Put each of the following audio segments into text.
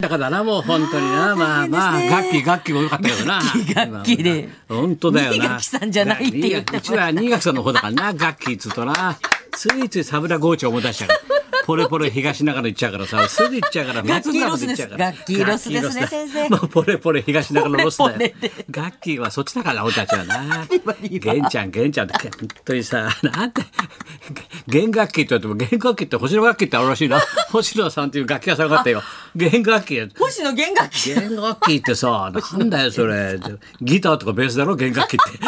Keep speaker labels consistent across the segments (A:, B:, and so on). A: だからな、もう本当にな、まあまあ、楽器、楽器も良かったけどな。
B: 楽器楽器で
A: 本当だよな。
B: 新垣さんじゃないって言って
A: うちは新垣さんの方だからな、楽器っつうとな、ついついサブラゴーチを思い出しちゃうから。ポレポレ東中野行っちゃうからさ、すぐ行っちゃうから、松永行っちゃうから。
B: 楽器ロスです楽器ロスですね先生
A: もうポレポレ東中野ロスだ
B: ポレ
A: よ
B: ポレ。
A: 楽器はそっちだから、俺たちはな。
B: りは
A: 玄ちゃん、玄ちゃんって、本当にさ、なんて、弦楽器って言っても、弦楽器って星野楽器ってあるら しいな。星野さんっていう楽器屋さんがあったよ。弦楽器。
B: 星野弦楽器
A: 弦楽器ってさ、なんだよそれ。ギターとかベースだろ弦楽器って。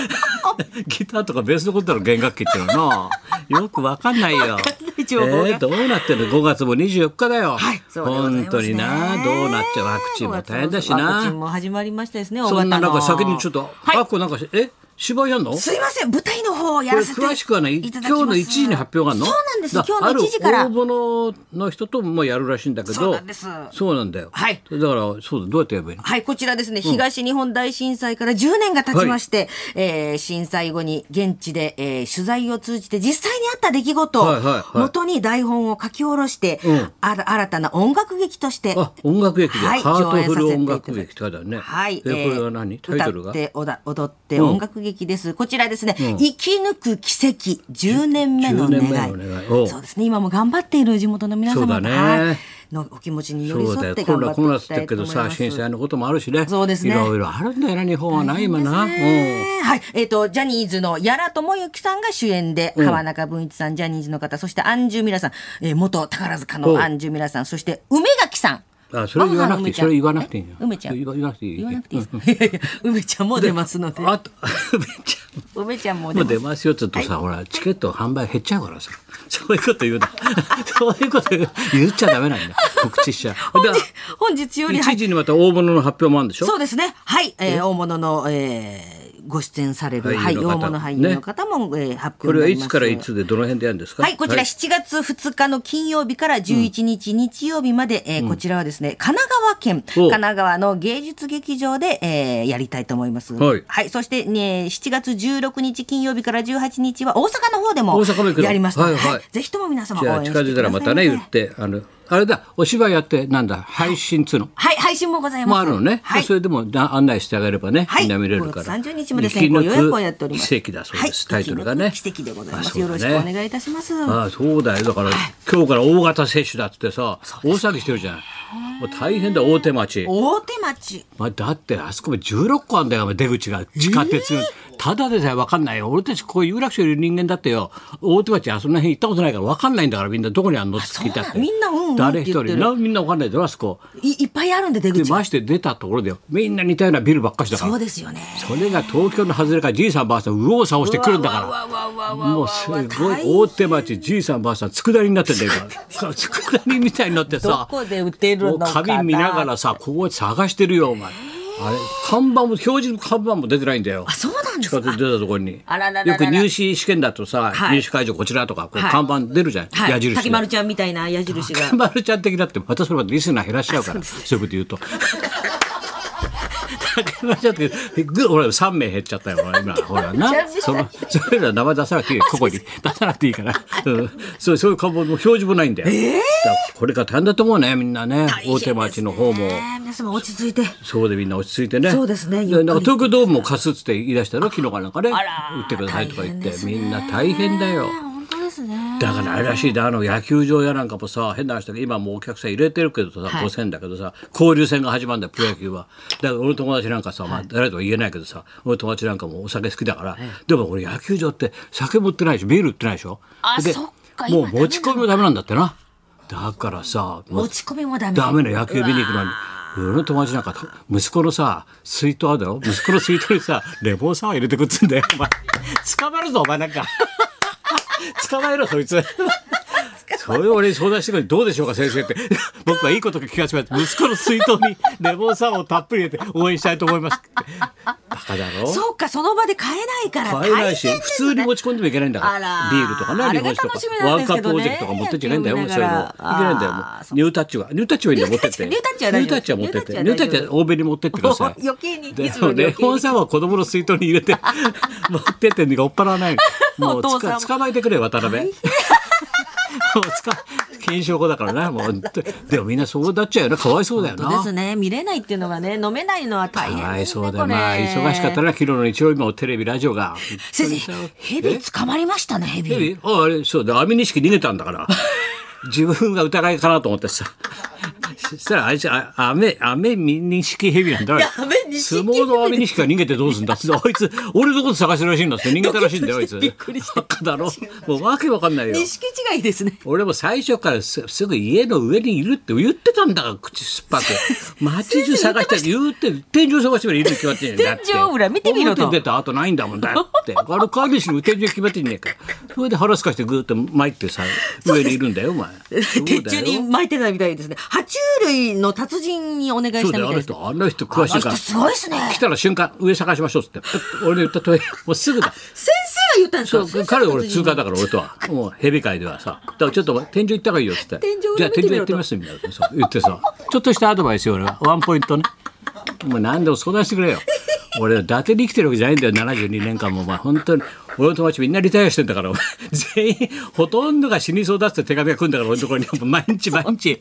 A: ギターとかベースのことだろ弦楽器っていうのはな。よくわかんないよ。
B: い情報が
A: えーどうなってんの ?5 月も24日だよ。
B: はい、そうでございますね
A: 本当にな。どうなっちゃうワクチンも大変だし
B: ワクチン
A: な。
B: も始まりましたですね。
A: そんな
B: 大
A: 中
B: 型の
A: 先にちょっと、
B: はい
A: あっこなんか、え芝居やんのこ
B: すいません、舞台の方をや
A: れ
B: らせていただき
A: 詳
B: ます。
A: しくはね、今日の1時に発表があるの
B: そうなんです。
A: だ
B: 今日の1時か
A: あ
B: ら
A: る大。物の人ともやるらしいんだけど。
B: そうなんです
A: そうなんだよ。
B: はい
A: だから、そうだ、どうやってやればいいの
B: はい、こちらですね、東日本大震災から10年が経ちまして、えー震災後に現地で、えー取材を通じて実際にあった出来事
A: はいはい
B: を
A: はい
B: 元に台本を書き下ろして、
A: ん
B: あら新たな音楽劇として、
A: あ、音楽劇で、
B: はい
A: ハートフル
B: 上演さ
A: 音
B: せて
A: 楽
B: いただき
A: 劇って書いてあるね。
B: は
A: え、
B: い、
A: これは何
B: えー
A: タイトルが
B: 歌っておだ踊って
A: うん
B: 音楽劇です。こちらですね、生き抜く奇跡10年目の願い。
A: 10年目の願いおう
B: そうですね、今も頑張っている地元の皆
A: そうだ
B: 様
A: ね
B: はいのお気持ちに寄り
A: そうだ
B: 添っ
A: よ、
B: て
A: コロナ、
B: 頑張って
A: コロナ
B: い
A: っつ
B: き
A: ったて
B: い
A: っけど
B: と思いま
A: さ、
B: す。
A: 震災のこともあるしね。
B: そうですね
A: いろいろあるんだよな、日本はな、今な。うん。
B: ねはい。えっ、と、ジャニーズの屋良智之さんが主演で、川中文一さん、ジャニーズの方、そしてアンジュミラさん、えー元宝塚
A: おう
B: のアンジュミラさん、そして梅垣さん。
A: あ、それ言わなくていい、
B: 母
A: そ
B: の
A: れ
B: 梅
A: 言わなくていい
B: え
A: よ。
B: 梅ちゃん。
A: 言
B: 言
A: わ言わなくていい。
B: わなくていいですか。いやいや梅ちゃんも出ますので。
A: あと、梅ちゃん。
B: 梅ちゃんも出
A: もう
B: ます
A: 出ますよっつうとさ、ほらチケット販売減っちゃうからさ そういうこと言うな そういうこと言う言っちゃダメなんだよ告知しちゃうで
B: 本日より、は
A: 1
B: い、
A: 時にまた大物の発表もあるんでしょ
B: そうですね。はい。えー大物の、えーご出演される、
A: 俳
B: は
A: 優
B: い、
A: の方
B: 大物俳優の方も、えー発
A: これ
B: 表に
A: は
B: なり
A: い
B: ます。
A: つからいつでどの辺でやるんですか
B: はい、こちら7月2日の金曜日から11日日曜日まで、えーこちらはですね、神奈川県、
A: お
B: 神奈川の芸術劇場で、えーやりたいと思います。
A: はい
B: そして、ね、7月16日金曜日から18日は大阪の方でも
A: 大阪も行くの
B: やりますので、
A: はいはい
B: ぜひとも皆様応
A: じゃあ
B: 援し
A: 近
B: て
A: づ
B: ください、
A: いたらまたね言ってあのあれだお芝居やってなんだ配信っつうの
B: はい、配信もございます。
A: もあるのね、
B: はい。
A: それでもな案内してあげればね、
B: はい
A: みんな見れるから
B: 5月30日まで
A: 生き
B: 先
A: 抜
B: 行
A: く
B: 予約をやっております。
A: 奇跡だそうです、
B: はい
A: タイトルがね
B: 奇跡でございま
A: あ
B: す。
A: そう
B: よ
A: だ
B: ろ
A: ね
B: しくお願いいたします。
A: ああそうだよだから、今日から大型接種だっつってさ、大騒ぎしてるじゃないもう大変だ大手町、
B: 大手町。
A: まあ、だってあそこも16個あんだよ出口が地下鉄、ただでさえ分かんないよ俺たちこう有楽町いる人間だってよ大手町あその辺行ったことないから分かんないんだからみんなどこにあんのって聞いたって
B: そうなんみんなうんうんって言って
A: 誰一
B: る
A: 人なみんな分かんないだろあそこ
B: いいっぱいあるんで出
A: で
B: 口が。
A: まして出たところでよみんな似たようなビルばっかしだから
B: そうですよね。
A: それが東京の外れからじいさんばあさん右往左往してくるんだから
B: わわわわわわ
A: もうすごい大手町じいさんばあさん佃煮になってんだよ今佃煮みたいになって
B: ど
A: さ
B: こで打てる
A: も
B: の
A: う
B: かな。
A: 紙見ながらさここ探してるよお前あれ看板も表示の看板も出てないんだよ
B: あ、そうなん
A: 地
B: です
A: 下
B: か
A: 鉄。出たところに
B: あらららら
A: よく入試試験だとさ
B: はい
A: 入試会場こちらとかこう
B: はい
A: 看板出るじゃん
B: は
A: 矢
B: い。
A: 印
B: 滝丸
A: で
B: ちゃんみたいな矢印 が
A: 竹。丸ちゃん的だってまたそれまでリスナー減らしちゃうからそういうこと言うと。竹丸ちゃんってぐほら3名減っちゃったよほら今ほらな
B: 竹丸ちゃんみたい
A: そのそういうのは名前出さなくていいここに出さなくていいから、うん、そうそういう看板も表示もないんだよ、だからこれから大変だと思うねみんなね大手町の方も
B: 大変ですね。皆様落ち着いて。
A: そうでみんな落ち着いてね。
B: そうですねゆっく
A: で
B: り
A: なんか東京ドームも貸すっつって言い出したの昨日かなんかね。
B: あら
A: 売ってくださいとか言っ
B: 大変で
A: て、
B: すね
A: みんな大変だよ。
B: 本当ですね。
A: だからあれらしいであの野球場やなんかもさ変な話だけど今もうお客さん入れてるけどさ、
B: はい
A: 5000だけどさ交流戦が始まるんだよプロ野球はだから俺の友達なんかさ、まあ、誰とは言えないけどさ俺の友達なんかもお酒好きだから、でも俺野球場って酒持ってないでしょビール売ってないでしょ
B: あ
A: で
B: そっか
A: も
B: 今
A: う
B: ダメなの
A: 持ち込みもダメなんだってなだからさもう
B: 持ち込みもダメ。
A: ダメな野球見に行くのに。俺の友達なんかと息子のさ水筒あるだろ息子の水筒にさ レモンサワー入れてくっつうんだよお前捕まるぞお前なんか 捕まえろそいつそれを俺に相談してくれどうでしょうか先生って 僕はいいこと聞かせてもらって息子の水筒にレモンサワーをたっぷり入れて応援したいと思いますってバカだろ
B: そうか、その場で買えないから。
A: 買えないし、
B: 大変で
A: 普
B: す
A: 通に持ち込んでもいけないんだか
B: あ
A: ら
B: ら
A: ビールとかな
B: あ
A: 日
B: れが
A: 本酒と
B: 楽しみ
A: か
B: な
A: ワー
B: ん
A: ル
B: で
A: カッ
B: す
A: プ
B: けど
A: オー
B: ね
A: ジェクトとか持ってっちゃいけないんだよもうそういうのい
B: 野球見ながら
A: けないんだよも
B: あ
A: うニュータッチはニュータッチはいいんだよ持ってって
B: ニュータッチはニュータッチは
A: ニュータッチは
B: ニ
A: 持
B: ュ
A: っ
B: ー
A: てっ
B: タッチは
A: て欧米に持ってってください
B: 余計に
A: で
B: いつも余計
A: レ
B: に
A: モンサワー子供の水筒に入れ て持ってってんのに追っ払わないもう
B: お
A: つ
B: 父さ
A: か
B: ん も
A: 捕まえてくれ渡辺もうつか禁酒法だからね。もう、でもみんなそうなっちゃうよね。かわいそうだよ
B: そうで
A: な
B: す。ね。見れないっていうのがね、飲めないのは大
A: か
B: 変、ね。
A: わいそうだ
B: こ
A: よ。
B: れ
A: まあ、忙しかった。な、昨日の日曜日もテレビ、ラジオが。
B: 先生、ヘビ捕まりましたね、
A: ヘ
B: ヘビ。
A: ビああれ、そうだ、アミニシキ逃げたんだ から。自分が疑いかなと思ってさ。そしたらあいつ、あアメ、アメニシキヘビなんだよ。
B: アメニシキ
A: 相撲のアメニシキが逃げてどうすんだっつって、あいつ、俺のこと探してるらしいん だっつって逃げたらしいんだよ、あいつ。
B: びっくりした
A: バカだろ。もうわけわかんないよ。
B: 錦違いですね。
A: 俺も最初からすすぐ家の上にいるって言ってたんだから、口酸っぱ く。街中探して、言うて、天井探してみるいるに決まってんじゃん。だって
B: 天井裏見てみろと
A: 表に出た後ないんだもんだ って。あれ、川西の天井決まってんじゃねえか。それで腹すかしてぐーっと参ってさ、上にいるんだよ、お 前。そうだ
B: 鉄
A: よ
B: 柱に巻いてたみたいですね。爬虫類の達人にお願い
A: そう
B: した
A: だ
B: み
A: よ、
B: た
A: あ
B: い
A: の
B: です。
A: 人、あの人詳しい
B: あ
A: か
B: の
A: ら。
B: 人すごいですね。
A: 来たら瞬間、上探しましょうっつって。プッと俺の言ったとおり、もうすぐだ。
B: 先生が言ったんですか
A: そう彼俺通過だから俺とはもうヘビ界ではさ「だからちょっと天井行った方がいいよ」っつって
B: 天井
A: じゃ
B: 裏
A: あ
B: 見
A: 天
B: て
A: 井
B: み
A: や
B: ろと
A: ってみます」みたいなそう言ってさ ちょっとしたアドバイスよ俺はワンポイントねお前何でも相談してくれよ 俺伊達に生きてるわけじゃないんだよ72年間もお前本当に俺の友達みんなリタイアしてんだから お前全員ほとんどが死にそうだっつって手紙が来るんだから俺のと ころにお前毎日毎日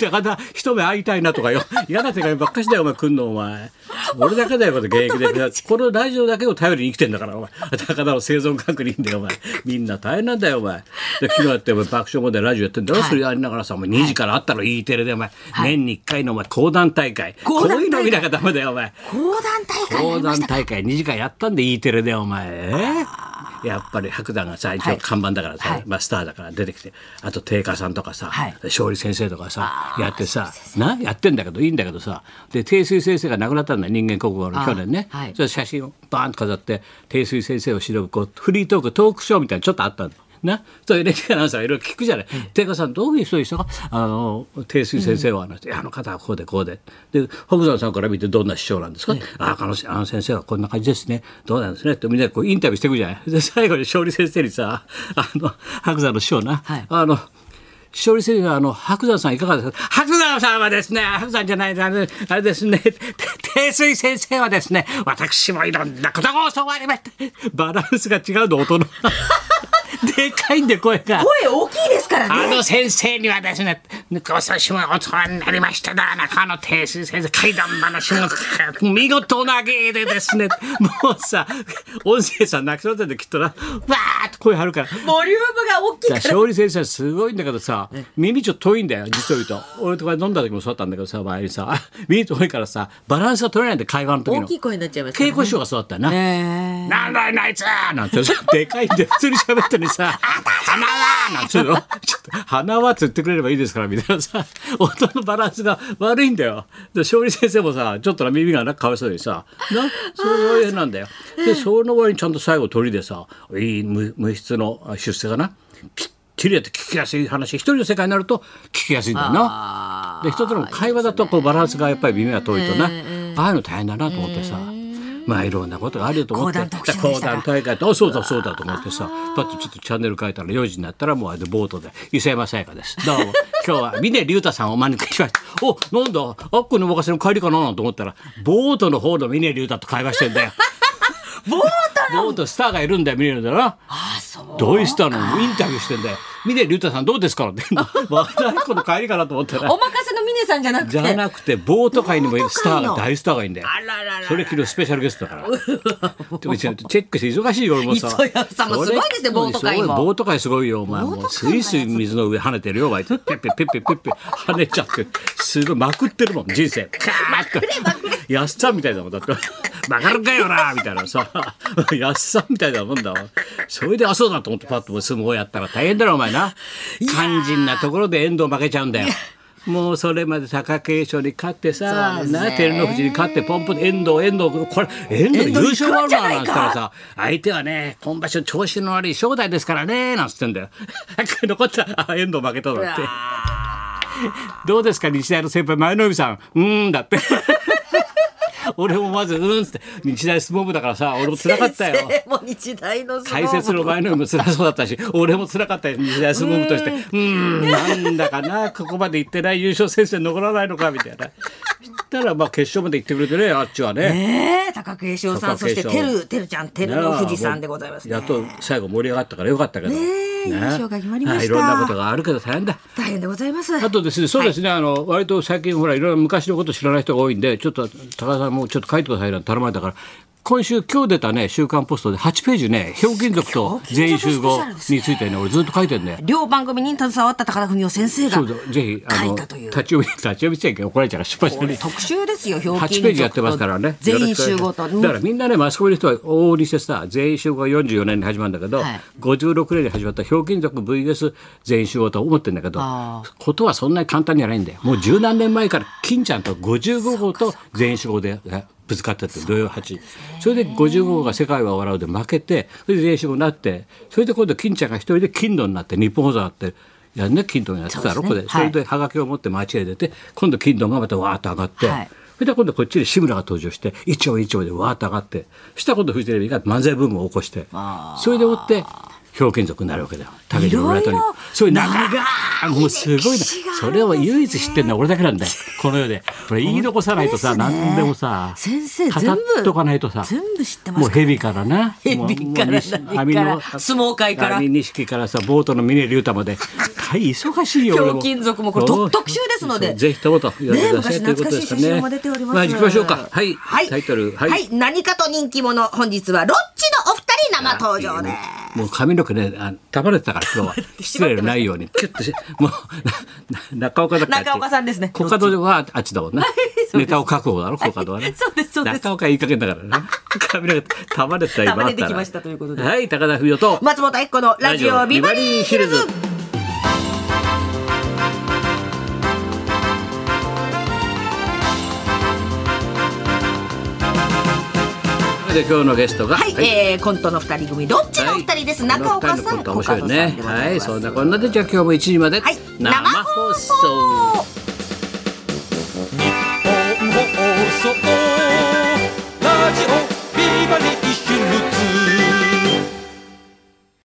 A: だから一目会いたいなとかよ 嫌な手紙ばっかしだよお前来んのお前俺だけだよこれ現役で このラジオだけを頼りに生きてんだからお前高田の生存確認だよお前みんな大変なんだよお前で昨日やってお前爆笑問題ラジオやってんだろ、それやりながらさお前2時からあったろ E テレでお前、年に1回のお前講談大会
B: 講談大
A: こ
B: 会
A: ういうの見なきゃダメだよお前
B: 講談大会や
A: 講
B: りま
A: 談
B: した。
A: 大会2時間やったんで E テレでお前えーやっぱり白山がさ一
B: は
A: 応
B: い
A: 看板だからさ、
B: はい
A: まあ、スターだから出てきてあと定価さんとかさ、
B: はい
A: 勝利先生とかさやってさなやってんだけどいいんだけどさで定水先生が亡くなったんだよ人間国語の
B: あー
A: 去年ね、
B: はい
A: それ写真をバーンと飾って定水先生をしのぶこうフリートークトークショーみたいなのちょっとあったの。なそういうレアナウンサーがいろいろ聞くじゃない。定価さんどういう人でしたかあの定水先生はあの人、いやあの方はこうでこうでで北山さんから見てどんな師匠なんですか、ああのあの先生はこんな感じですねどうなんですねってみんなでこうインタビューしていくじゃない。で最後に勝利先生にさあの白山の師匠な、
B: はい
A: あの勝利先生はあの白山さんいかがですか白山さんはですね白山じゃないあれあれですね て定水先生はですね私もいろんなことが教わりましたバランスが違うの音の でかいんで声が。
B: 声大きいですからね。
A: あの先生にはですね、ご指しもお世話になりましただ、中野定水先生、怪談話も、見事な芸でですね、もうさ、音声さん泣きそうだってきっとな、わーっと声張るから、
B: ボリュームが大きい
A: だ
B: か。
A: からら勝利先生はすごいんだけどさ耳ちょっと遠いんだよ実を言うと俺とか飲んだ時もそうだったんだけどさ前にさ 耳遠いからさバランスが取れないんだよ会話の時
B: 大
A: の
B: きい声になっちゃいますか
A: 稽
B: らね。
A: 古師匠がそうだったよな、
B: え
A: なんだいなあいつなんてさでかいんで普通に喋ってるのにさ「鼻は!」なんて言うのちょっと「鼻は」って言ってくれればいいですからみたいなさ音のバランスが悪いんだよ。で勝利先生もさちょっとな耳がなかわいそうにさなそういうなんだよ。でその割にちゃんと最後鳥でさいい無無質のあ出世かなきっちりやって聞きやすい話一人の世界になると聞きやすいんだよな。
B: あ
A: で人との会話だとこうバランスがやっぱり微妙な遠いとな、ああいうの大変だなと思ってさ。まあいろんなことがあるよと思って
B: 講談特集でしたか
A: 講談大会とあそうだそうだと思ってさパッとちょっとチャンネル変えたら4時になったらもうあれでボートで伊勢山さやかですどうも 今日は峰竜太さんをお招きしましたおなんだあっこの昔の帰りかなと思ったらボートの方の峰竜太と会話してんだよ
B: ーボート。
A: ボートスターがいるんだよ峰竜太な
B: あー、そう。
A: どういうスターなのインタビューしてんだよ峰竜太さんどうですかって 若い子の帰りかなと思ったら
B: お任せの峰さんじゃなく
A: じ
B: て。
A: ゃなくてボート界にもいるスターが
B: ボート界の
A: 大スターがいいんだよ
B: あらららら
A: それ昨日スペシャルゲストだからでもちゃんとチェックして忙しいよ俺もさ
B: 磯山さんもすごいですね
A: それ
B: ボート界も
A: すごいボート界すごいよお前
B: ボート界
A: も
B: も
A: うスイスイ水の上跳ねてるよお前ペッペッペッペッペッペッ跳ねちゃってすごいまくってるもん人生カーッてやっさんみたいだもんだって曲がるかよなみたいなさやっさんみたいなもんだわそれであそうだと思ってパッと相撲やったら大変だろお前な肝心なところで遠藤負けちゃうんだよもうそれまで貴景勝に勝ってさ、
B: そうですね
A: な照ノ富士に勝ってポンポン遠藤遠藤これ遠藤優勝あるわなんつったらさ相手はね今場所調子の悪い正代ですからねなんつってんだよ 残ったあ遠藤負けただってどうですか日大の先輩前の海さんうーんだって 俺もまずうーんって日大相撲部だからさ俺もつらかったよ
B: 先生も日大の相撲
A: 解説の前のも辛そうだったし俺も辛かったよ日大相撲部としてうーんなんだかなここまで行ってない優勝戦線残らないのかみたいなしたらまあ決勝まで行ってくれてねあっちはね。
B: ねえ貴景勝さん
A: 貴景
B: そして
A: 勝
B: てるてるちゃん照
A: な
B: の
A: あ
B: 富士さんでございますね
A: やっと最後盛り上がったからよかったけど、
B: 優勝が決まりました、
A: はい、いろんなことがあるけど大変だ。
B: 大変でございます
A: あとですね、そうですね、あの割と最近ほらいろいろ昔のこと知らない人が多いんで、ちょっと高田さんもちょっと書いてくださいなんて頼まれたから。今週今日出たね週刊ポストで8ページね「ひょうきん族と全員集合」についてね俺ずっと書いてんね
B: 両番組に携わった高田文夫先生が
A: そうだぜひあ
B: 書
A: の
B: いた
A: 立
B: と
A: ち
B: い
A: 読
B: う
A: み 立ち読みしちゃいけない怒られちゃうから失敗し
B: こ
A: な
B: れ
A: い
B: 特集ですよ表
A: 8ページやってますからね
B: 全員集合と
A: だからみんなねマスコミの人は大売りしてさ全員集合44年に始まるんだけど、
B: はい
A: 56年に始まったひょうきん族 VS 全員集合と思ってんだけど
B: あ
A: ことはそんなに簡単じゃないんだよもう十何年前から金ちゃんと55号と全員集合でえぶつかったって土曜8それで55号が「世界は笑う」で負けてそれで全員集合になってそれで今度金ちゃんが一人で金土になって日本放送になって。やんね、金土になってたろ、
B: そう
A: こ
B: です
A: れ
B: ね
A: それではがきを持って街へ出て今度金土がまたわーっと上がって、
B: はい
A: それで今度こっちに志村が登場して一丁一丁でわーっと上がってそしたら今度フジテレビが漫才ブームを起こしてそれで追って表現族になるわけだよ竹内村とに
B: いろいろ
A: そういう長いもうすごいな
B: 歴史があるんですね
A: それを唯一知ってるのは俺だけなんだよこの世でこれ言い残さないとさ、
B: 本当ですね
A: 何でもさ
B: 先生全
A: 語
B: 部
A: っとかないとさ
B: 全部知ってます
A: もう蛇からな
B: 蛇
A: もう
B: から
A: もう西
B: 何から
A: 網の
B: 相撲界から
A: 網錦からさボートの峰竜太まで大変忙しいよ
B: ひ
A: 俺
B: ょう
A: も
B: きん族もこれ
A: どう
B: 特特集ですので。
A: そうぜひともと言われてください
B: ね
A: という
B: 昔
A: こと
B: 懐
A: で
B: かし
A: すか
B: い写
A: ね
B: 真も出ております。
A: あ行きましょうかはい、タイトル
B: はい。はい何かと人気者本日はロッチのお二人生登場で
A: もう髪の毛ね、あ束ねてたから 今日は失礼のないようにキュッとし、もうなな中岡だから。
B: 中岡さんですね
A: コカドはあっちだ もんね。
B: す
A: ネタを確保だろコカドはね。
B: そうですそうです
A: 中岡いい加減だ からね。髪の毛束ねてた今あったら
B: 束ねてきましたということで
A: はい高田文夫と
B: す。松本一子のラジオビバリーヒルズ。
A: で今日のゲストが
B: はい、えーコントの二人組ロッチのお二人です。中岡さん、
A: こ
B: コ
A: 面白
B: カドさ
A: い
B: んで
A: ね
B: ござ
A: はいい
B: ます。
A: そんなこんなでじゃあ今日も1時まで、
B: はい
A: 生放送
B: 生放送
C: 日本放送